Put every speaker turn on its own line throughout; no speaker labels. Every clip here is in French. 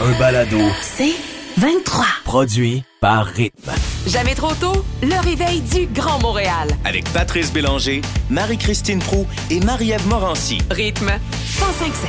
Un balado
C'est 23.
produit par Rythme.
Jamais trop tôt, le réveil du Grand Montréal.
Avec Patrice Bélanger, Marie-Christine Prou et Marie-Ève Morancy.
Rythme 105.7.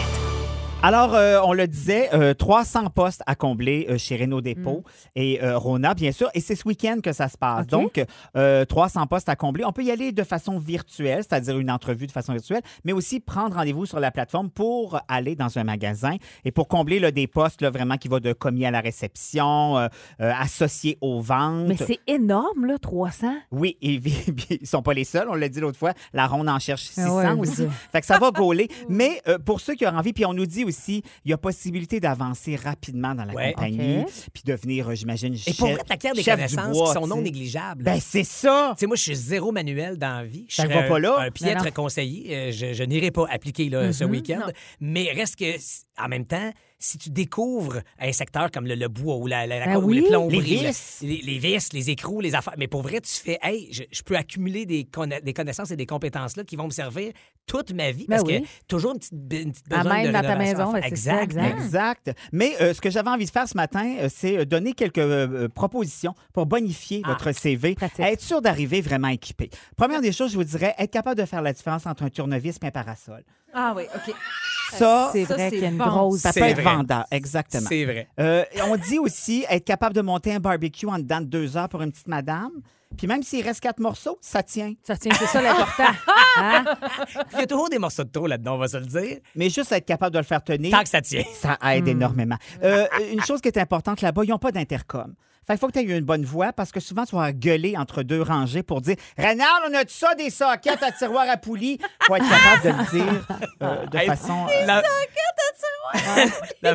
Alors, euh, on le disait, euh, 300 postes à combler euh, chez Renault Dépôt et euh, Rona, bien sûr. Et c'est ce week-end que ça se passe. Donc, euh, 300 postes à combler. On peut y aller de façon virtuelle, c'est-à-dire une entrevue de façon virtuelle, mais aussi prendre rendez-vous sur la plateforme pour aller dans un magasin et pour combler là, des postes là, vraiment qui vont de commis à la réception, euh, euh, associés aux ventes.
Mais c'est énorme, là, 300.
Oui, et vi- puis ils sont pas les seuls. On l'a dit l'autre fois, la ronde en cherche 600
Ah ouais, mon
aussi.
Dieu.
Fait que ça va gauler. Mais euh, pour ceux qui ont envie, puis on nous dit aussi, il y a possibilité d'avancer rapidement dans la
Ouais.
compagnie,
Ok.
puis devenir, euh, j'imagine,
Et
chef,
pour vrai, t'acquiers des
chef du
connaissances
bois,
qui sont non
tu sais.
négligeables.
Ben, c'est ça!
Tu sais, moi, je suis zéro manuel dans la vie. Je
Ça
suis
va pas là?
un piètre
Non, non.
conseiller. Euh, Je, je n'irai pas appliquer là, ce week-end.
non.
Mais reste que, s- en même temps, si tu découvres un secteur comme le, le bois ou la, la, la
Ben
corde ou
oui.
les plomberies,
Les
là,
vis.
les, les vis, les écrous, les affaires, mais pour vrai, tu fais, hey, je, je peux accumuler des, conna- des connaissances et des compétences là qui vont me servir toute ma vie.
Ben
parce
oui.
que toujours une petite, be- une petite
À
besogne
même
de
dans ta
rénovation
maison,
à
ben,
faire.
c'est ça, exact.
exact.
Exact. Mais euh, ce que j'avais envie de faire ce matin, euh, c'est euh, donner quelques euh, propositions pour bonifier
Ah.
votre CV.
pratique.
Être sûr d'arriver vraiment équipé. Première des choses, je vous dirais, être capable de faire la différence entre un tournevis et un parasol.
Ah oui, OK.
Ça,
C'est
Ça, c'est
vrai qu'il y a une
bon.
grosse.
ça peut
c'est
être
vrai.
vendeur, exactement.
C'est vrai.
Euh, on dit aussi être capable de monter un barbecue en dedans de deux heures pour une petite madame. Puis même s'il reste quatre morceaux, ça tient.
Ça tient, c'est ça l'important. Hein?
Il y a toujours des morceaux de trop là-dedans, on va se le dire.
Mais juste être capable de le faire tenir,
Tant que ça tient.
ça
Hmm.
aide énormément. Euh, une chose qui est importante là-bas, ils n'ont pas d'intercom. Fait qu'il faut que tu aies une bonne voix parce que souvent, tu vas gueuler entre deux rangées pour dire Renard, on a de ça, des sockets, à tiroir à poulies. Faut être capable de le dire euh, de
Hey,
façon. euh,
La... la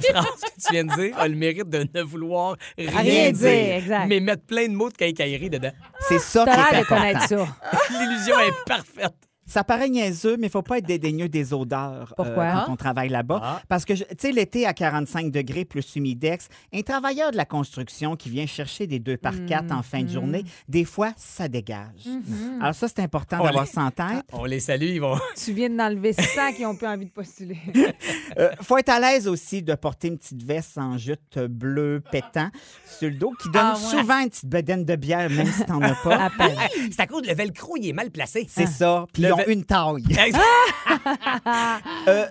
phrase que tu viens de dire a le mérite de ne vouloir rien,
Rien dire, exact.
mais mettre plein de mots de quincaillerie dedans.
C'est ça qui
T'as
est
l'air de connaître
important.
ça.
L'illusion est parfaite.
Ça paraît niaiseux, mais il faut pas être dédaigneux des odeurs euh,
Pourquoi?
quand on travaille là-bas.
Ah.
Parce que, je- tu sais, l'été à 45 degrés plus humidex, un travailleur de la construction qui vient chercher des deux par quatre en
Mm-hmm.
fin de journée, des fois, ça dégage. Alors ça, c'est important
On Ah.
d'avoir
les-
ça en tête.
On les salue, ils vont.
Tu viens d'enlever 100 qui ont plus envie de postuler.
Euh, faut être à l'aise aussi de porter une petite veste en jute bleue pétant sur le dos qui donne
Ah, ouais.
souvent une petite bedaine de bière, même si t'en as pas.
À peine.
C'est à cause de le velcro, il est mal placé.
C'est ça. Puis
Le
ils ont
ve-
une taille.
Exact.
Euh,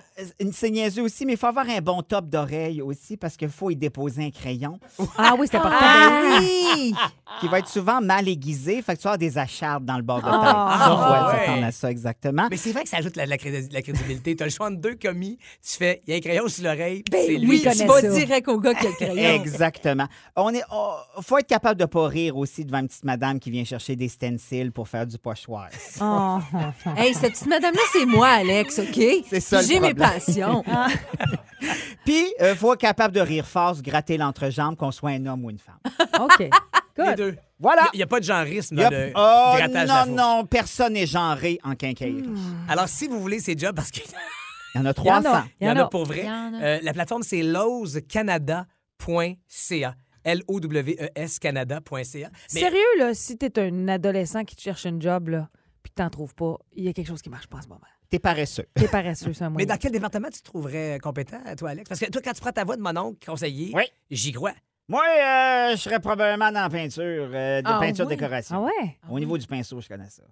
c'est niaiseux aussi, mais il faut avoir un bon top d'oreille aussi parce qu'il faut y déposer un crayon
Ah oui, c'est important.
Ah,
Ben
oui!
qui va être souvent mal aiguisé. Fait que tu vas avoir des achardes dans le bord de ta tête.
Ah,
Ça, faut
ah,
s'attendre
ouais.
à ça exactement.
Mais c'est vrai que ça ajoute la, la crédi- la crédibilité. T'as le choix entre deux commis. Tu fais, il y a un crayon sur l'oreille. c'est lui.
Ben oui,
Oui, tu
il connaît
vas
ça.
direct au gars qui a le crayon.
Exactement. On est, on- faut être capable de pas rire aussi devant une petite madame qui vient chercher des stencils pour faire du pochoir.
Oh.
Hey, cette petite madame-là, c'est moi, Alex, OK?
C'est ça, le
J'ai mes
problème.
passions.
Ah,
Puis, euh, faut être capable de rire fort, se gratter l'entrejambe, qu'on soit un homme ou une femme.
OK.
Les
Good.
deux.
Voilà.
Il n'y a pas de genreisme
Yep.
là, de
Oh
grattage de la
non,
fourche.
non, personne n'est genré en quincaillerie.
Alors, si vous voulez ces jobs, parce qu'il
Il y en
Il y
a
en
300.
a.
y en a pour vrai,
Il y en a.
euh, la plateforme, c'est lowescanada.ca. L-O-W-E-S E Canada.ca. Mais
Sérieux, là, si t'es un adolescent qui te cherche une job, là, puis que t'en trouves pas, il y a quelque chose qui marche pas en ce moment.
T'es paresseux.
T'es paresseux, ça, moi.
Mais dans quel département tu te trouverais euh, compétent, toi, Alex? Parce que toi, quand tu prends ta voix de mon oncle conseiller,
Oui.
j'y crois.
Moi, euh, je serais probablement dans la peinture, euh, de
Ah,
peinture
ouais.
décoration.
Ah ouais?
Au niveau du pinceau, je connais ça.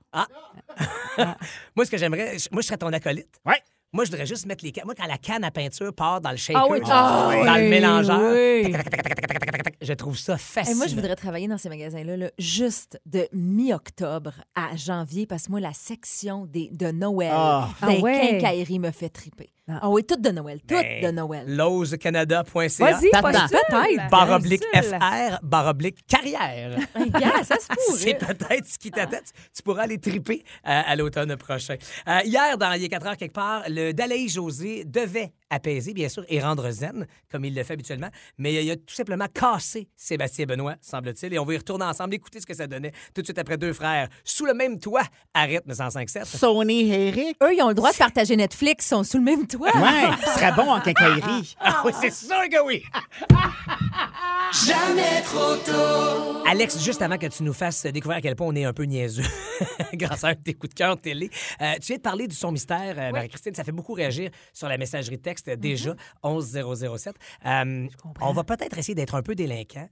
Moi, ce que j'aimerais, je- moi, je serais ton acolyte.
Ouais.
Moi, je voudrais juste mettre les. ca- Moi, quand la canne à peinture part dans le shaker,
oui,
dans le
Ah oui,
mélangeur,
oui.
tac, tac, tac, tac, tac, tac, tac, tac, tac, je trouve ça
Et
fascinant.
moi, je voudrais travailler dans ces magasins-là là, juste de mi-octobre à janvier parce que moi, la section des, de Noël
Ah.
des
Ah ouais.
quincailleries me fait triper. Ah oui, tout de Noël. Tout
Ben,
de Noël.
lawscanada.ca
Vas-y,
T'attends.
postule.
Peut-être.
barre oblique
Postule.
FR, barre oblique carrière.
Hey, gars, ça se
C'est
pourrait.
peut-être ce qui t'attend. Tu pourras aller triper euh, à l'automne prochain. Euh, hier, dans Il est 4 heures quelque part, le Dalaï José devait apaiser, bien sûr, et rendre zen, comme il le fait habituellement, mais il a tout simplement cassé Sébastien Benoît, semble-t-il, et on va y retourner ensemble, écouter ce que ça donnait tout de suite après deux frères, sous le même toit, à rythme 105.7.
Sony Eric.
Eux, ils ont le droit de partager Netflix, ils sont sous le même toit.
Ouais, ce serait bon en quincaillerie. Ah,
Ah oui, c'est sûr que oui! Alex, juste avant que tu nous fasses découvrir à quel point on est un peu niaiseux grâce à un de tes coups de cœur télé, euh, tu viens de parler du son mystère, euh, Marie-Christine. Ça fait beaucoup réagir sur la messagerie texte euh, déjà,
Mhm.
11007. Euh, on va peut-être essayer d'être un peu délinquant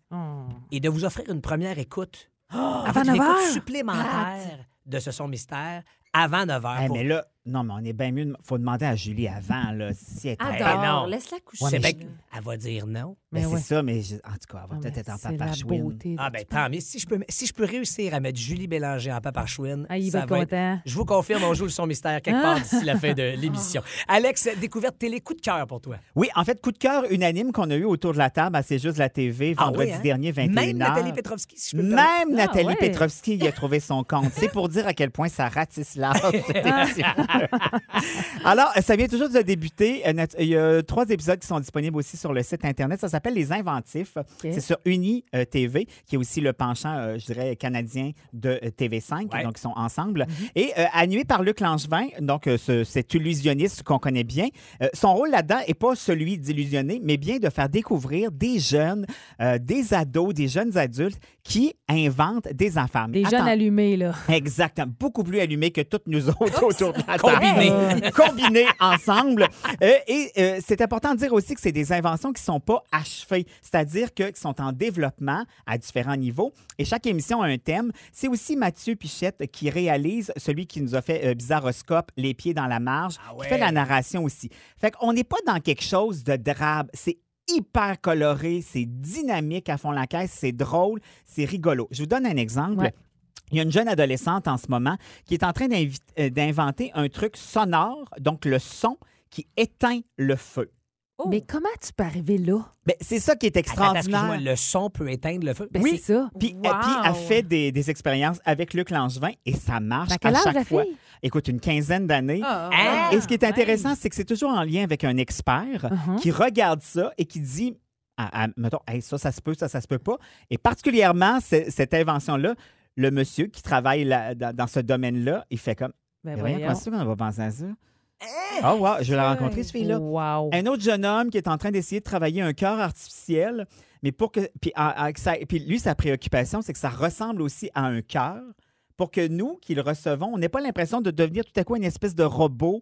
et de vous offrir une première écoute.
Oh.
Ah,
avant
une
9
écoute
heures?
supplémentaire de ce son mystère avant 9 h.
Eh,
Hey, mais là, non, mais on est bien mieux. de- Faut demander à Julie avant, là, si elle est en-
Ben non.
Adore, laisse-la coucher.
Ouais,
C'est
mais
bien
je-
qu'elle va dire non.
Ben,
Mais
c'est
ouais.
ça, mais je- en tout cas, elle va
Ah,
peut-être
mais
être en
c'est
papa
la
chouine.
beauté de-
Ah ben tant mieux. Si je peux, si je peux réussir à mettre Julie Bélanger en Papa Chouine,
Ah, il
ça
va être content.
Je vous confirme, on joue le son mystère quelque part d'ici la fin de l'émission. Alex, découverte télé, coup de cœur pour toi.
Oui, en fait, coup de cœur unanime qu'on a eu autour de la table à C'est juste la TV
Ah
vendredi
oui, hein?
dernier, 21h.
Même Nathalie Petrovski, si je peux Ah me permettre.
Même Nathalie
ouais.
Petrovski y a trouvé son compte. C'est pour dire à quel point ça ratisse large. Alors, ça vient toujours de débuter. Euh, Nat- Il y a trois épisodes qui sont disponibles aussi sur le site Internet. Ça s'appelle Les Inventifs. C'est sur Uni euh, TV, qui est aussi le penchant, euh, je dirais, canadien de euh, TV5.
Ouais.
Donc, ils sont ensemble.
Mhm.
Et euh, animé par Luc Langevin, donc euh, ce- cet illusionniste qu'on connaît bien, euh, son rôle là-dedans n'est pas celui d'illusionner, mais bien de faire découvrir des jeunes, euh, des ados, des jeunes adultes qui inventent des affaires. Mais
Des jeunes
attends-
allumés, là.
Exactement. Beaucoup plus allumés que toutes nous autres autour de la table.
Combiné.
Euh, Combinés ensemble. Euh, et euh, c'est important de dire aussi que c'est des inventions qui ne sont pas achevées, c'est-à-dire que- qui sont en développement à différents niveaux. Et chaque émission a un thème. C'est aussi Mathieu Pichette qui réalise celui qui nous a fait euh, Bizarroscope, Les pieds dans la marge,
Ah
qui fait
ouais.
la narration aussi. Fait qu'on n'est pas dans quelque chose de drabe. C'est hyper coloré, c'est dynamique à fond la caisse, c'est drôle, c'est rigolo. Je vous donne un exemple.
Ouais.
Il y a une jeune adolescente en ce moment qui est en train d'invi- euh, d'inventer un truc sonore, donc le son qui éteint le feu.
Oh.
Mais comment tu peux arriver là?
Ben, c'est ça qui est
Attends,
extraordinaire.
excuse-moi, le son peut éteindre le feu.
Ben,
Oui.
c'est ça.
Puis,
Wow.
euh, puis elle fait des, des expériences avec Luc Langevin et ça marche
À quel
à
âge,
chaque
la
fois.
fille?
Écoute, une quinzaine d'années.
Ah,
Hein?
Et ce qui est intéressant, c'est que c'est toujours en lien avec un expert
Uh-huh.
qui regarde ça et qui dit, à- à- mettons, Hey, ça, ça se peut, ça, ça se peut pas. Et particulièrement, c'est- cette invention-là, le monsieur qui travaille là- dans, dans ce domaine-là, il fait comme,
Ben,
Mais voyons,
voyons. Eh!
comment ça qu'on va penser à ça? Oh, wow, je vais la rencontrer, cette fille-là.
Wow.
Un autre jeune homme qui est en train d'essayer de travailler un cœur artificiel, mais pour que. Puis, ah, ah, que ça- puis lui, sa préoccupation, c'est que ça ressemble aussi à un cœur pour que nous, qui le recevons, on n'ait pas l'impression de devenir tout à coup une espèce de robot.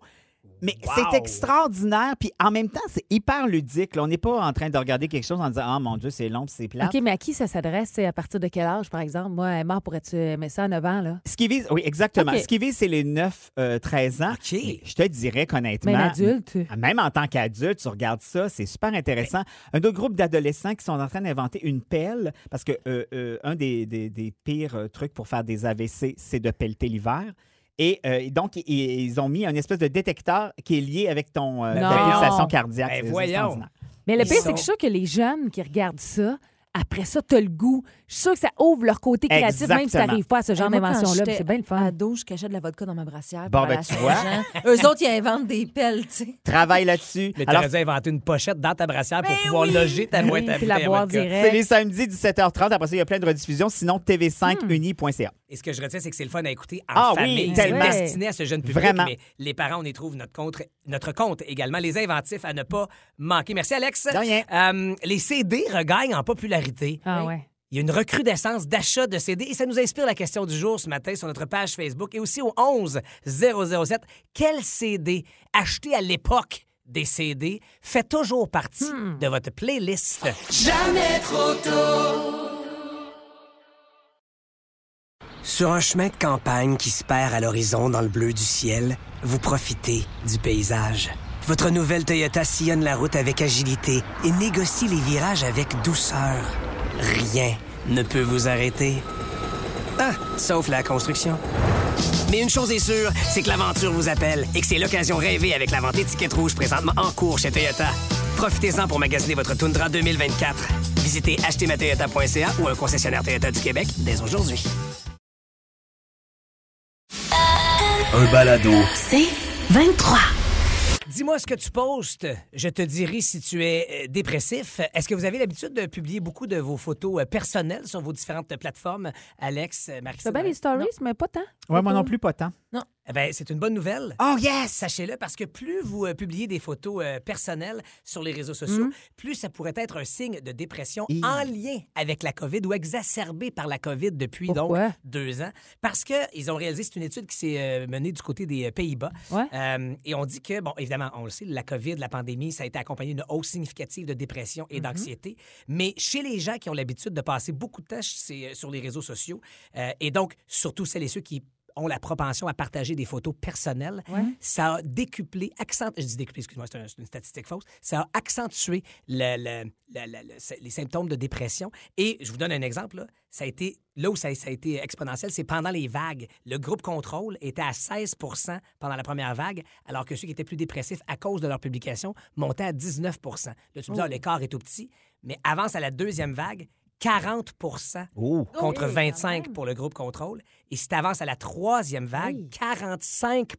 Mais
Wow.
c'est extraordinaire, puis en même temps, c'est hyper ludique. là. On n'est pas en train de regarder quelque chose en disant Ah mon Dieu, c'est long, puis c'est plat.
OK, mais à qui ça s'adresse? C'est À partir de quel âge, par exemple? Moi, Emma, pourrais-tu aimer euh, ça à 9 ans, là?
Ce qui vise, oui, exactement.
OK.
Ce qui vise, c'est les 9-13 ans.
OK.
Mais Je te dirais qu'honnêtement.
Même adulte?
Ah, Même en tant qu'adulte, tu regardes ça, c'est super intéressant. Un autre groupe d'adolescents qui sont en train d'inventer une pelle, parce que euh, euh, un des, des- des pires euh, trucs pour faire des AVC, c'est de pelleter l'hiver. Et euh, donc, i- i- ils ont mis un espèce de détecteur qui est lié avec ton euh,
Non.
ta pulsation cardiaque.
Ben
C'est
voyons.
extraordinaire.
Mais le
Ils
pire, c'est que je
sont-
suis sûre que les jeunes qui regardent ça, après ça, t'as le goût. Je suis sûre que ça ouvre leur côté créatif, même si
Exactement.
t'arrives pas à ce genre
Moi, quand
d'invention-là.
j'étais
puis C'est bien le fun.
Ado, je cachais de la vodka dans ma brassière.
Bon,
pour
ben,
aller
tu
à
vois.
Saint-Jean. Eux autres, ils inventent des pelles, tu sais.
Travaille là-dessus.
Mais
Alors, Ben
t'aurais dû inventer une pochette dans ta brassière pour pouvoir loger ta boîte à
Oui, puis
bouteilles
la
à
boire
vodka.
c'est
direct.
les samedis 17h30. Après ça, il y a plein de rediffusions. Sinon, Hmm. tv5uni.ca.
Et ce que je retiens, c'est que c'est le fun à écouter en
Ah oui,
famille.
tellement.
C'est destiné à ce jeune public,
Vraiment.
mais les parents, on y trouve notre compte, notre compte également. Les inventifs à ne pas manquer. Merci, Alex.
De rien.
Euh, les CD regagnent en popularité.
Ah ouais.
Il y a une recrudescence d'achat de CD et ça nous inspire la question du jour ce matin sur notre page Facebook et aussi au 11 007. Quel CD acheté à l'époque des CD fait toujours partie de votre playlist?
Sur un chemin de campagne qui se perd à l'horizon dans le bleu du ciel, vous profitez du paysage. Votre nouvelle Toyota sillonne la route avec agilité et négocie les virages avec douceur. Rien ne peut vous arrêter. Ah, sauf la construction. Mais une chose est sûre, c'est que l'aventure vous appelle et que c'est l'occasion rêvée avec la vente étiquette rouge présentement en cours chez Toyota. Profitez-en pour magasiner votre Tundra 2024. Visitez achetermatoyota.ca ou un concessionnaire Toyota du Québec dès aujourd'hui.
Un balado.
C'est 23.
Dis-moi ce que tu postes. Je te dirai si tu es euh, dépressif. Est-ce que vous avez l'habitude de publier beaucoup de vos photos euh, personnelles sur vos différentes euh, plateformes, Alex, euh,
Je
Marie?
fais bien les stories, mais pas tant.
Ouais, moi non plus, pas tant.
Non.
Eh ben, c'est une bonne nouvelle.
Oh yes!
Sachez-le, parce que plus vous euh, publiez des photos euh, personnelles sur les réseaux sociaux,
Mhm.
Mm-hmm.
plus ça pourrait être un signe de dépression
Hi.
en lien avec la COVID ou exacerbé par la COVID depuis
Pourquoi?
donc deux ans. Parce qu'ils ont réalisé, c'est une étude qui s'est euh, menée du côté des euh, Pays-Bas. Euh, et on dit que, bon, évidemment, on le sait, la COVID, la pandémie, ça a été accompagné d'une hausse significative de dépression et
Mm-hmm.
Mhm.
d'anxiété. Mais chez les gens qui ont l'habitude de passer beaucoup de temps chez- sur les réseaux sociaux, euh, et donc surtout celles et ceux qui ont la propension à partager des photos personnelles,
Ouais.
ça a décuplé, accentué, je dis décuplé, excuse-moi, c'est un- c'est une statistique fausse, ça a accentué le- le- le- le- le- les symptômes de dépression. Et je vous donne un exemple, là. ça a été, là où ça, ça a été exponentiel, c'est pendant les vagues. Le groupe contrôle était à 16 pendant la première vague, alors que ceux qui étaient plus dépressifs à cause de leur publication montaient à 19 Là, tu me dis,
Oh.
ah, l'écart est tout petit, mais avance à la deuxième vague, 40
Oh.
contre
Oui, quand
25 pour le groupe contrôle. Et si tu avances à la troisième vague, 45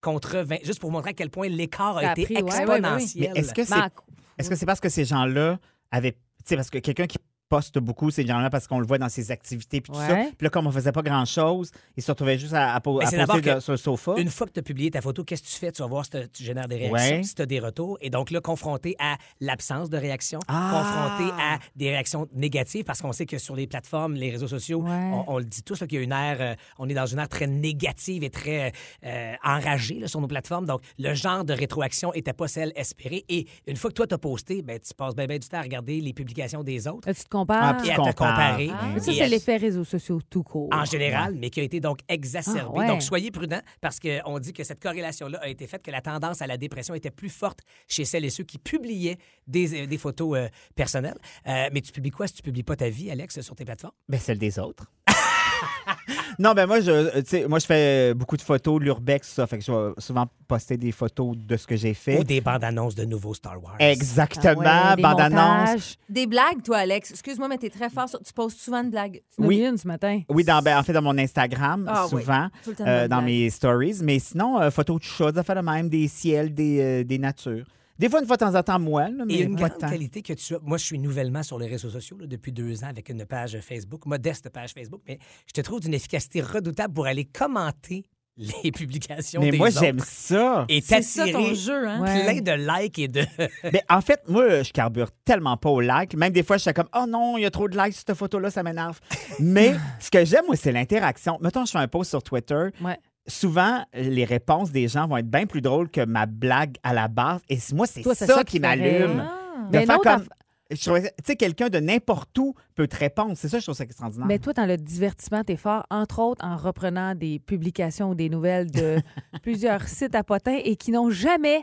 contre 20, juste pour montrer à quel point l'écart a,
Ça a
été
pris, ouais, ouais, ouais, ouais.
exponentiel.
Mais est-ce que c'est
Marc.
est-ce que c'est parce que ces gens-là avaient. Tu sais, parce que quelqu'un qui poste beaucoup ces gens-là parce qu'on le voit dans ses activités puis tout ça.
Ouais.
Puis là, comme on faisait pas grand-chose, ils se retrouvaient juste à, à, po-
Mais
à
c'est d'abord
poser de-
que
sur le sofa.
Une fois que tu as publié ta photo, qu'est-ce que tu fais? Tu vas voir si t'as- tu génères des réactions,
Ouais.
si tu as des retours. Et donc là, confronté à l'absence de réaction,
Ah!
confronté à des réactions négatives, parce qu'on sait que sur les plateformes, les réseaux sociaux, on, on le dit tous, là, qu'il y a une ère, euh, on est dans une ère très négative et très euh, enragée là, sur nos plateformes. Donc, le genre de rétroaction n'était pas celle espérée. Et une fois que toi, tu as posté, ben, tu passes bien du temps à regarder les publications des autres.
Là, tu te compares.
Ah, puis Et à te compares. comparer. Ah.
Ça,
Et
c'est
à-
l'effet réseaux sociaux tout court.
En général, mais qui a été donc exacerbé.
Ah, ouais.
Donc, soyez prudents parce qu'on dit que cette corrélation-là a été faite, que la tendance à la dépression était plus forte chez celles et ceux qui publiaient des, euh, des photos euh, personnelles. Euh, mais tu publies quoi si tu publies pas ta vie, Alex, sur tes plateformes?
Ben, celle des autres. non, ben moi, je, euh, tu sais, moi, je fais euh, beaucoup de photos, l'urbex, ça. Fait que je vais souvent poster des photos de ce que j'ai fait.
Ou des bandes annonces de nouveaux Star Wars.
Exactement, bande-annonce.
Des blagues, toi, Alex. Excuse-moi, mais t'es très fort. sur- Tu poses souvent de blagues. Tu
Oui.
nous-
ce matin.
Oui, dans, ben, en fait, dans mon Instagram,
Ah oui,
souvent,
tout le temps
euh,
de bonnes
dans
blagues.
mes stories. Mais sinon, euh, photos de chats, ça fait le même, des ciels, des, euh, des natures. Des fois, une fois de temps en temps, moi, là, mais
Et une
pas
grande
tant.
qualité que tu as. Moi, je suis nouvellement sur les réseaux sociaux là, depuis deux ans avec une page Facebook, modeste page Facebook, mais je te trouve d'une efficacité redoutable pour aller commenter les publications
Mais
des
moi,
autres.
j'aime ça.
Et
C'est ça
t'attirer
ton jeu, hein? Ouais.
plein de likes et de...
Mais Ben, en fait, moi, je carbure tellement pas au like. Même des fois, je suis comme, oh non, il y a trop de likes sur cette photo-là, ça m'énerve. Mais ce que j'aime, moi, c'est l'interaction. Mettons, je fais un post sur Twitter. Souvent, les réponses des gens vont être bien plus drôles que ma blague à la base. Et moi, c'est
Toi,
ça,
c'est ça qui
qui
te fait
m'allume.
rire. Ah.
De
Mais
faire
non,
comme. je trouvais- Tu sais, quelqu'un de n'importe où peut te répondre. C'est ça, je trouve ça extraordinaire.
Mais toi, dans le divertissement, t'es fort, entre autres en reprenant des publications ou des nouvelles de plusieurs sites à potins et qui n'ont jamais,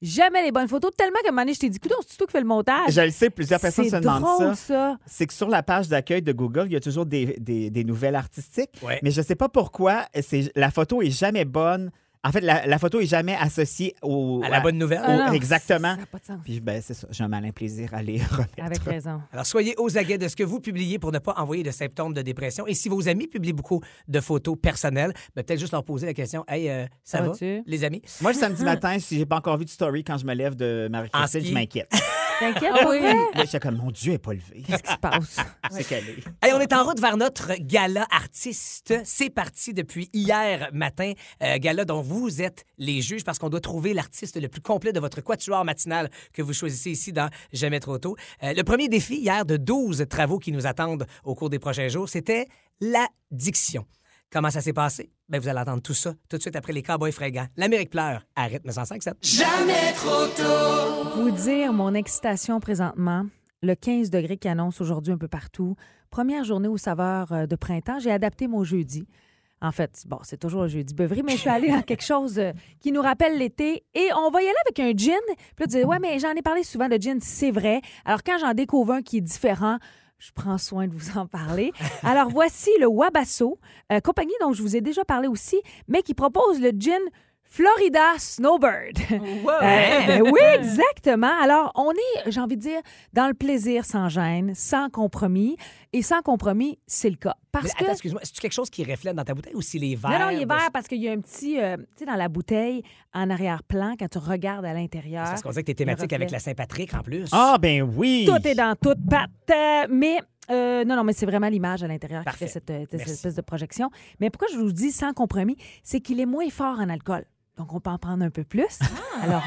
jamais les bonnes photos. Tellement que un moment donné, je t'ai dit, coudonc, c'est toi qui fais le montage.
Je le sais, plusieurs personnes
C'est
se demandent
drôle,
ça.
ça.
C'est que sur la page d'accueil de Google, il y a toujours des, des- des nouvelles artistiques.
Ouais.
Mais je ne sais pas pourquoi c'est- la photo est jamais bonne. En fait, la, la photo est jamais associée au,
À la bonne nouvelle.
au-
Ah non,
exactement.
ça a pas de sens.
Puis ben, c'est ça, j'ai un malin plaisir à les remettre.
Avec raison.
Alors, soyez aux aguets de ce que vous publiez pour ne pas envoyer de symptômes de dépression. Et si vos amis publient beaucoup de photos personnelles, ben, peut-être juste leur poser la question Hey, euh, ça,
Ça
va,
va-tu?
les amis
Moi, le samedi matin, si j'ai pas encore vu de story quand je me lève de Marie-Christine,
En ski.
je m'inquiète.
T'inquiète,
Ah
pas
oui.
vrai?
Là, j'étais comme, mon Dieu, elle n'est pas levée. Qu'est-ce
qui se passe?
C'est calé.
Hey, on est en route vers notre gala artiste. C'est parti depuis hier matin. Euh, gala dont vous êtes les juges parce qu'on doit trouver l'artiste le plus complet de votre quatuor matinal que vous choisissez ici dans Jamais trop tôt. Euh, le premier défi hier de 12 travaux qui nous attendent au cours des prochains jours, c'était la diction. Comment ça s'est passé? Ben, vous allez entendre tout ça tout de suite après les Cowboys fringants. L'Amérique pleure. Arrête, 905.7.
Jamais trop tôt.
Vous dire mon excitation présentement, le 15 degrés qui annonce aujourd'hui un peu partout. Première journée aux saveurs euh, de printemps, j'ai adapté mon jeudi. En fait, bon, c'est toujours le jeudi beuvré, mais je suis allée dans quelque chose euh, qui nous rappelle l'été et on va y aller avec un gin. Puis là, tu dis, ouais, mais j'en ai parlé souvent de gin, c'est vrai. Alors, quand j'en découvre un qui est différent, Je prends soin de vous en parler. Alors, voici le Wabasso, euh, compagnie dont je vous ai déjà parlé aussi, mais qui propose le gin Florida Snowbird.
Wow.
Euh, ben oui, exactement. Alors, on est, j'ai envie de dire, dans le plaisir sans gêne, sans compromis. Et sans compromis, c'est le cas. Parce
Mais
que.
attends, excuse-moi, c'est quelque chose qui reflète dans ta bouteille ou si les verres
Non, non, il est
de-
vert parce qu'il y a un petit, euh, tu sais, dans la bouteille, en arrière-plan, quand tu regardes à l'intérieur.
Parce qu'on disait que t'es
le
thématique avec
reflet.
la Saint-Patrick en plus.
Ah, ben oui!
Tout est dans toute patte. Euh, Mais euh, non, non, mais c'est vraiment l'image à l'intérieur qui
Parfait.
fait cette, euh, cette
Merci.
espèce de projection. Mais pourquoi je vous dis sans compromis, c'est qu'il est moins fort en alcool. Donc, on peut en prendre un peu plus. Alors,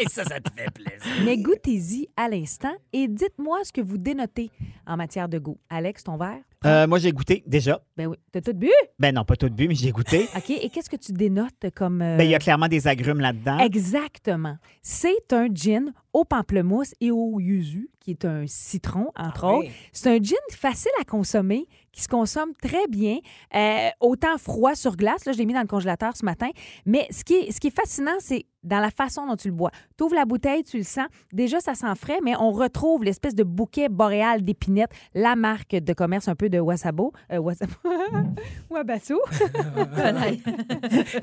Et ça, ça te fait plaisir.
mais goûtez-y à l'instant et dites-moi ce que vous dénotez en matière de goût. Alex, ton verre?
Euh, moi, j'ai goûté déjà.
Ben oui. T'as tout bu?
Ben non, pas tout de but, mais j'ai goûté.
OK. Et qu'est-ce que tu dénotes comme. euh,
Ben, il y a clairement des agrumes là-dedans.
Exactement. C'est un gin au pamplemousse et au yuzu, qui est un citron, entre autres.
oui.
C'est un gin facile à consommer, qui se consomme très bien, euh, autant froid sur glace. Là, je l'ai mis dans le congélateur ce matin. Mais ce qui est, ce qui est fascinant, c'est dans la façon dont tu le bois. Tu ouvres la bouteille, tu le sens. Déjà, ça sent frais, mais on retrouve l'espèce de bouquet boréal d'épinette, la marque de commerce un peu de Wasabo. euh, Wasabo. Wabasso.
Il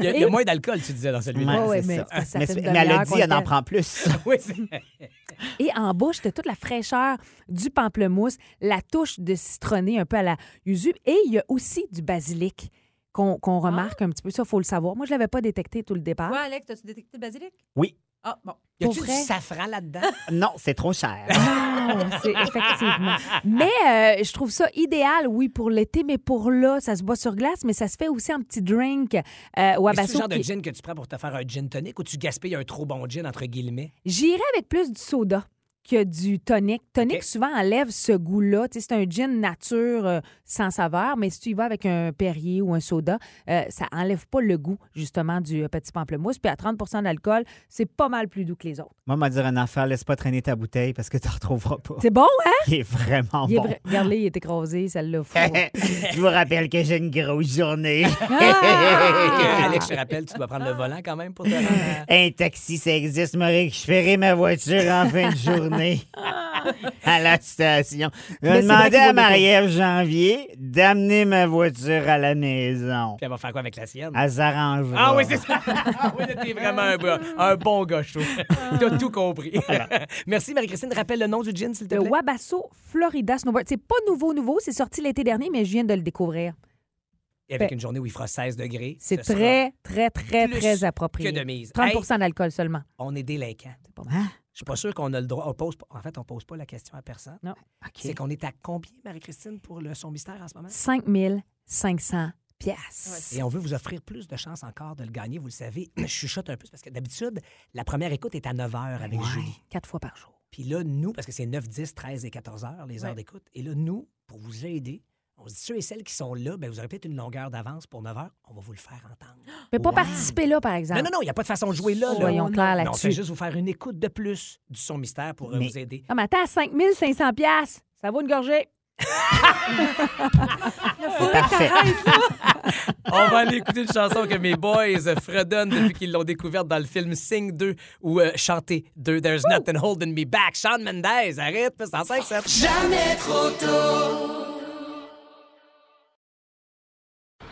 y a, il y a moins d'alcool, tu disais, dans celui-là.
Ouais, ouais, mais c'est parce que ça
Mais,
fait
c'est-
une
mais elle a
demi-heure
dit,
qu'on
elle en
était-
prend plus.
oui, c'est...
Et en bouche, t'as toute la fraîcheur du pamplemousse, la touche de citronné un peu à la yuzu. Et il y a aussi du basilic qu'on qu'on
Ah.
remarque un petit peu. Ça, faut le savoir. Moi, je l'avais pas détecté tout le départ.
Toi, Alex, t'as-tu détecté le basilic?
Oui.
Ah, bon.
Y a-tu
Pour
du
vrai?
safran là-dedans?
Non, c'est trop cher.
Non, c'est effectivement. Mais euh, je trouve ça idéal, oui, pour l'été, mais pour là, ça se boit sur glace, mais ça se fait aussi en petit drink euh, au
C'est le
abasso
genre de
qui-
gin que tu prends pour te faire un gin tonic ou tu gaspilles un trop bon gin, entre guillemets?
J'irais avec plus du soda que du tonic. Tonic, souvent, enlève ce goût-là. Tu sais, C'est un gin nature euh, sans saveur, mais si tu y vas avec un Perrier ou un soda, euh, ça enlève pas le goût, justement, du euh, petit pamplemousse. Puis à 30 d'alcool, c'est pas mal plus doux que les autres.
Moi, m'a dire une affaire, laisse pas traîner ta bouteille parce que tu retrouveras pas.
C'est bon, hein?
Il est vraiment
Il est
bon.
vra- Regarde-le, il est écrasé, celle-là. fou.
Je vous rappelle que j'ai une grosse journée. Ah!
Et que,
Ah!
Alex, je te rappelle, tu dois prendre le volant quand même pour te rendre.
Un taxi, ça existe, me récupérer ma voiture en fin de journée à la station. Je vais
Mais c'est vrai
demander
qu'il vaut
à
le coup.
Marie-Ève Janvier d'amener ma voiture à la maison.
Puis elle va faire quoi avec la sienne?
Elle s'arrange.
Ah oui, c'est ça. Ah oui, là, t'es vraiment un, bra- un bon gars, chaud. T'as tout compris. Merci, Marie-Christine. Rappelle le nom du gin, s'il te
Le
plaît.
Wabasso Florida Snowboard. C'est pas nouveau, nouveau. C'est sorti l'été dernier, mais je viens de le découvrir.
Et avec une journée où il fera 16 degrés.
C'est
ce sera-
très, très, très,
plus
très approprié.
que de mise.
30 d'alcool seulement.
On est délinquants. Je suis pas sûr qu'on a le droit. On pose, pas- en fait, on pose pas la question à personne.
Non.
C'est qu'on est à combien, Marie-Christine, pour le son mystère en ce moment?
5 500 piastres.
Et on veut vous offrir plus de chances encore de le gagner. Vous le savez, je chuchote un peu parce que d'habitude, la première écoute est à 9 h avec Julie.
Quatre fois par jour.
Puis là, nous, parce que c'est 9, 10, 13 et 14 heures, les heures
Ouais.
d'écoute. Et là, nous, pour vous aider, on se dit ceux et celles qui sont là, ben, vous aurez peut-être une longueur d'avance pour 9 heures. On va vous le faire entendre.
Mais pas
Wow.
participer là, par exemple.
Non, non, non, il n'y a pas de façon de jouer là. là.
Soyons clairs
Non, On fait
là-dessus.
juste vous faire une écoute de plus du son mystère pour euh, vous aider.
Ah, mais attends, 5 500 piastres, ça vaut une gorgée.
Parfait.
On va aller écouter une chanson que mes boys euh, fredonnent depuis qu'ils l'ont découverte dans le film Sing 2 ou euh, Chanter 2. There's nothing holding me back. Sean Mendez, arrête, c'est en 5, ça.
Jamais trop tôt.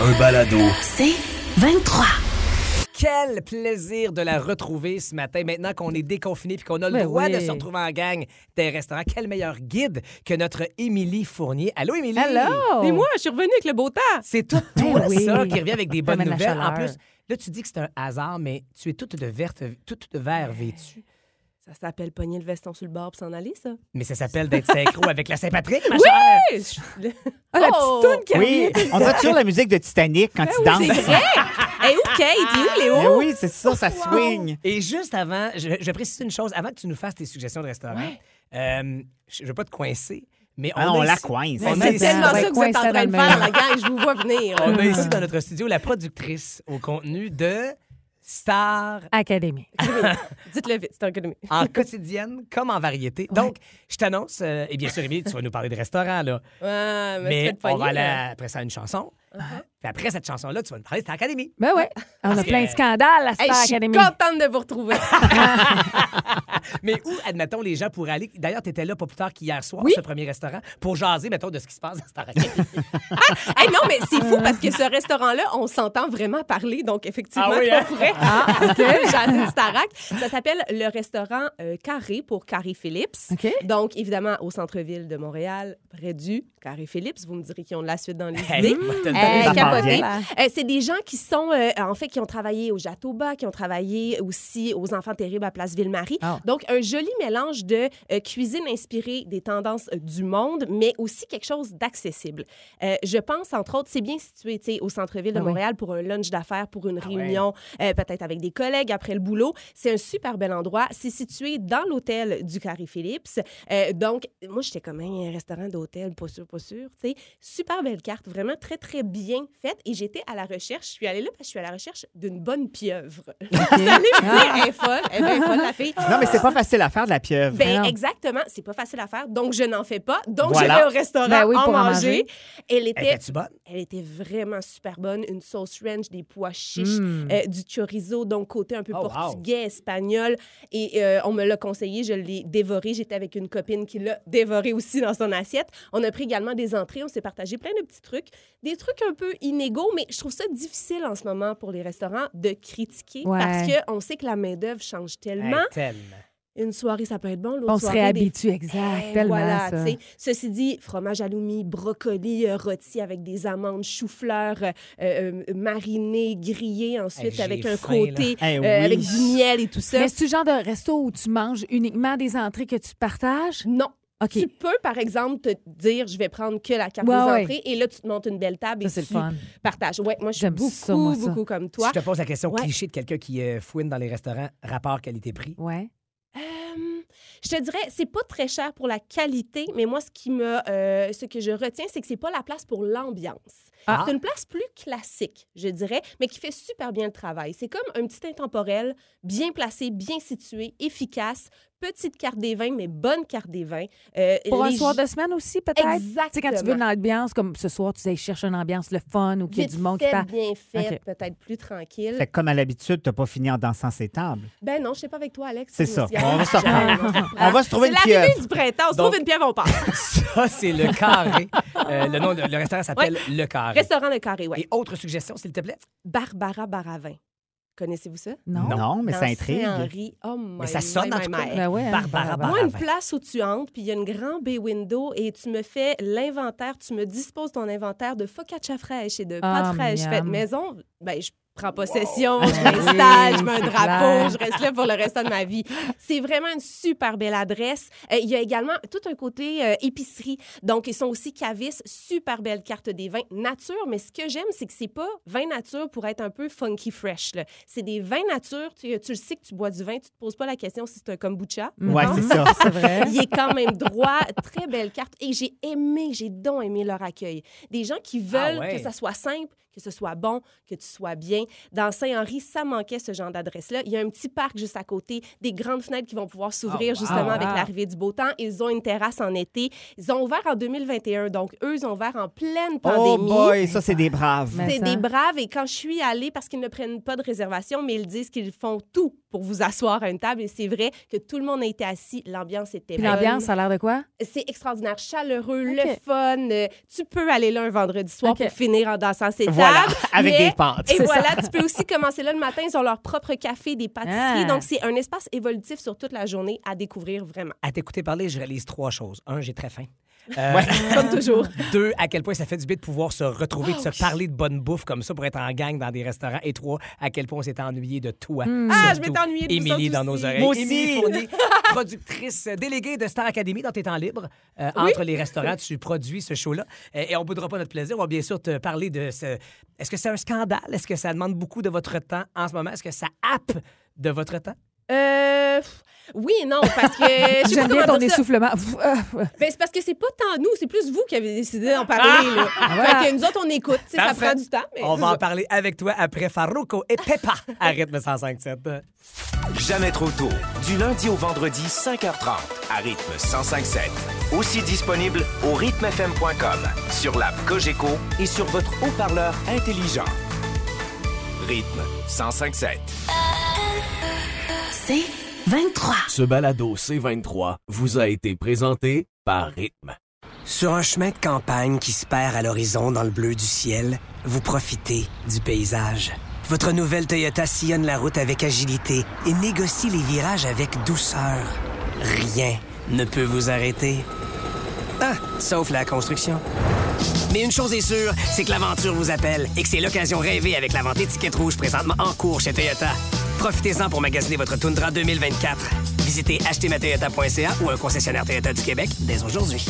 Un balado.
C'est 23.
Quel plaisir de la retrouver ce matin, maintenant qu'on est déconfiné puis qu'on a le
Ben
droit de
oui.
se retrouver en gang des restaurants. Quel meilleur guide que notre Émilie Fournier. Allô, Émilie?
Hello!
Et moi, je suis revenue avec le beau temps.
C'est tout toi,
Ben oui.
ça, qui revient avec des bonnes
T'amènes la
nouvelles. En
chaleur.
plus, là, tu dis que c'est un hasard, mais tu es toute de verte, toute de vert vêtue.
Ça s'appelle pogner le veston sur le bord pour s'en aller, ça.
Mais ça s'appelle d'être synchro avec la Saint-Patrick, ma
Oui! Je-
Ah, la
oh.
petite toune qui
Oui, on dirait toujours la musique de Titanic quand il danse.
Ah C'est vrai! Et où Kate? Et où Léo?
Mais oui, c'est ça, ça swing.
Et juste avant, je, je précise une chose, avant que tu nous fasses tes suggestions de restaurants, euh, je ne veux pas te coincer, mais on,
Ah non,
a
on la
ici-
coince.
on a
C'est
ici-
tellement ça que vous êtes en
coincé
train de
dans le
faire, la
mur.
gang. Je vous vois venir.
On a ici dans notre studio la productrice au contenu de Star
Académie.
Ah. Dites-le vite, c'est un économie.
en quotidienne comme en variété. Donc, je t'annonce, euh, et bien sûr, Émilie, tu vas nous parler de restaurant, là.
Ouais, mais
mais
c'est pas
on
de
va
pogner,
aller
là.
après ça à une chanson.
Uh-huh.
Puis après cette chanson-là, tu vas nous parler de Star Academy.
Ben oui, on a
Parce
plein de
que-
scandales à
Hey,
Star
je suis
Academy.
contente de vous retrouver.
Mais où, admettons, les gens pourraient aller? D'ailleurs, tu étais là pas plus tard qu'hier soir, ce premier restaurant, pour jaser, mettons, de ce qui se passe à Star Academy.
Hey, non, mais c'est fou parce que ce restaurant-là, on s'entend vraiment parler. Donc, effectivement,
Ah oui,
on
hein?
pourrait jaser de Starac. Ça s'appelle le restaurant euh, Carré pour Carré Phillips.
OK.
Donc, évidemment, au centre-ville de Montréal, près du Carré Phillips. Vous me direz qu'ils ont de la suite dans les
Hey,
idées.
t'as une
Euh,
Ça part
capoté.
bien.
Euh, c'est des gens qui sont, euh, en fait, qui ont travaillé au Jatoba, qui ont travaillé aussi aux Enfants Terribles à Place Ville-Marie.
Ah.
Donc, un joli mélange de euh, cuisine inspirée des tendances euh, du monde, mais aussi quelque chose d'accessible. Euh, je pense, entre autres, c'est bien situé tu sais, au centre-ville de
Ah oui.
Montréal pour un lunch d'affaires, pour une
ouais.
réunion, euh, peut-être avec des collègues après le boulot. C'est un super bel endroit. C'est situé dans l'hôtel du Carré Phillips. Euh, donc, moi, j'étais comme Hein, un restaurant d'hôtel, pas sûr, pas sûr. tu sais. Super belle carte, vraiment très, très bien faite. Et j'étais à la recherche, je suis allée là parce que je suis à la recherche d'une bonne pieuvre. Vous allez me dire, elle est folle, elle est bien folle, la fille.
Non, mais c'est pas facile à faire de la pieuvre.
Ben,
non.
exactement, c'est pas facile à faire, donc je n'en fais pas. Donc,
Voilà.
je vais au restaurant
Ben oui,
en
pour en
manger.
manger.
Elle
Hey,
était
Étais-tu bonne?
elle était vraiment super bonne. Une sauce ranch, des pois chiches,
Mm.
euh, du chorizo, donc côté un peu
Hmm. Oh, wow.
portugais, espagnol. Et euh, on me l'a conseillé, je l'ai dévoré. J'étais avec une copine qui l'a dévoré aussi dans son assiette. On a pris également des entrées, on s'est partagé plein de petits trucs, des trucs un peu inégaux, mais je trouve ça difficile en ce moment pour les restaurants de critiquer
Ouais.
parce qu'on sait que la main-d'œuvre change tellement.
Hey, tellement.
Une soirée, ça peut être bon, l'autre
On se
soirée, des
réhabitue, exact,
eh,
tellement
voilà,
ça.
tu sais. Ceci dit, fromage à l'oumi, brocoli euh, rôti avec des amandes, chou-fleur euh, euh, mariné, grillé ensuite
j'ai
avec un
faim, là.
côté
Eh
euh,
oui.
avec du miel et tout ça.
Mais c'est-tu le genre de resto où tu manges uniquement des entrées que tu partages?
non.
OK.
Tu peux, par exemple, te dire, je vais prendre que la carte
Ouais,
des
ouais.
entrées et là, tu te montes une belle table
Ça,
et
c'est le
tu
fun.
partages. Ouais, moi, je suis
J'aime
beaucoup,
ça, moi, ça.
beaucoup comme
Si
toi.
je te pose la question
Ouais.
cliché de quelqu'un qui euh, fouine dans les restaurants, rapport qualité-prix.
Ouais.
Euh, je te dirais, c'est pas très cher pour la qualité, mais moi, ce qui me, euh, ce que je retiens, c'est que c'est pas la place pour l'ambiance.
Ah.
C'est une place plus classique, je dirais, mais qui fait super bien le travail. C'est comme un petit intemporel, bien placé, bien situé, efficace. Petite carte des vins, mais bonne carte des vins. Euh,
Pour un
les
soir
gens-
de semaine aussi, peut-être?
Exactement.
Tu sais, quand tu veux une ambiance, comme ce soir, tu dis, cherche une ambiance, le fun, ou qu'il y a
Vite
du monde qui
fait,
parle.
bien fait,
OK.
peut-être plus tranquille.
Fait que comme à l'habitude, t'as pas fini en dansant ces tables.
Ben non, je sais pas avec toi, Alex.
C'est
mais
ça.
si, Alex,
On va se reprendre.
j'aime.
On va se trouver
Ah. C'est
une
l'arrivée
pieuvre.
du printemps. On se
Donc-
trouve une pieuvre, on part.
Ça, c'est le carré. Euh, le nom de- le restaurant s'appelle Le Carré.
Restaurant Le Carré, ouais.
Et autre suggestion, s'il te plaît?
Barbara Baravin. Connaissez-vous ça?
Non?
Non, mais ça
Dans
intrigue.
Saint-Henri. Oh my,
Mais ça sonne,
my,
en tout
my,
cas.
my.
Ben ouais, hein.
Barbara
Moi, une
Baravin.
place où tu entres, puis il y a une grande baie window, et tu me fais l'inventaire, tu me disposes ton inventaire de focaccia fraîche et de pâtes
Ah,
fraîches
miam.
faites maison. Ben, je prends possession, je m'installe, je mets un
c'est
drapeau,
clair.
je reste là pour le restant de ma vie. C'est vraiment une super belle adresse. Euh, il y a également tout un côté euh, épicerie. Donc, ils sont aussi cavistes, super belle carte des vins nature, mais ce que j'aime, c'est que c'est pas vin nature pour être un peu funky fresh. là. C'est des vins nature, tu, tu le sais que tu bois du vin, tu te poses pas la question si c'est un kombucha.
Ouais,
Non?
c'est ça.
C'est vrai.
Il est quand même droit, très belle carte. Et j'ai aimé, j'ai donc aimé leur accueil. Des gens qui veulent
Ah ouais.
que ça soit simple, que ce soit bon, que tu sois bien. Dans Saint-Henri, ça manquait ce genre d'adresse-là. Il y a un petit parc juste à côté, des grandes fenêtres qui vont pouvoir s'ouvrir
Oh, wow.
justement avec
Wow.
l'arrivée du beau temps. Ils ont une terrasse en été. Ils ont ouvert en 2021, donc eux, ils ont ouvert en pleine
Oh
pandémie.
boy, ça, c'est des braves.
Mais-
C'est
ça.
des braves et quand je suis allée, parce qu'ils ne prennent pas de réservation, mais ils disent qu'ils font tout pour vous asseoir à une table. Et c'est vrai que tout le monde a été assis. L'ambiance était
Puis
bonne.
l'ambiance, ça a l'air de quoi?
C'est extraordinaire, chaleureux,
OK.
le fun. Euh, Tu peux aller là un vendredi soir
OK.
pour finir en dansant ses tables.
Voilà, avec
mais-
des pâtes.
Et
C'est
voilà, tu peux aussi commencer là le matin. Ils ont leur propre café, des pâtisseries.
Ah.
Donc, c'est un espace évolutif sur toute la journée à découvrir vraiment.
À t'écouter parler, je réalise trois choses. Un, j'ai très faim. Euh, comme toujours. Deux, à quel point ça fait du bien de pouvoir se retrouver, de se parler de bonne bouffe comme ça pour être en gang dans des restaurants. Et trois, à quel point on s'est ennuyé de toi.
Mm. Ah, je m'étais ennuyée de vous
Émilie
autres
dans
aussi.
nos oreilles.
Moi aussi.
Émilie Fournier, productrice euh, déléguée de Star Academy dans tes temps libres. Euh,
Oui.
Entre les restaurants, tu produis ce show-là. Euh, et on ne boudera pas notre plaisir. On va bien sûr te parler de ce. Est-ce que c'est un scandale? Est-ce que ça demande beaucoup de votre temps en ce moment? Est-ce que ça happe de votre temps?
Euh, pff, oui et non, parce que... je sais pas
J'aime bien
comment
ton
dire ça.
essoufflement.
Ben, c'est parce que c'est pas tant nous, c'est plus vous qui avez décidé d'en parler. là.
Ah,
voilà.
Fait que nous autres, on écoute. tu sais, Ça
Parfait.
prend du temps. Mais
On va en parler avec toi après Farouko et Peppa à rythme 105.7.
Jamais trop tôt. Du lundi au vendredi, 5h30, à rythme 105.7. Aussi disponible au rythmefm.com, sur l'app Cogeco et sur votre haut-parleur intelligent. Rythme 105.7.
C'est 23.
Ce balado C23 vous a été présenté par Rythme.
Sur un chemin de campagne qui se perd à l'horizon dans le bleu du ciel, vous profitez du paysage. Votre nouvelle Toyota sillonne la route avec agilité et négocie les virages avec douceur. Rien ne peut vous arrêter. Ah, sauf la construction. Mais une chose est sûre, c'est que l'aventure vous appelle et que c'est l'occasion rêvée avec la vente étiquette rouge présentement en cours chez Toyota. Profitez-en pour magasiner votre Tundra 2024. Visitez achetezmatoyota.ca ou un concessionnaire Toyota du Québec dès aujourd'hui.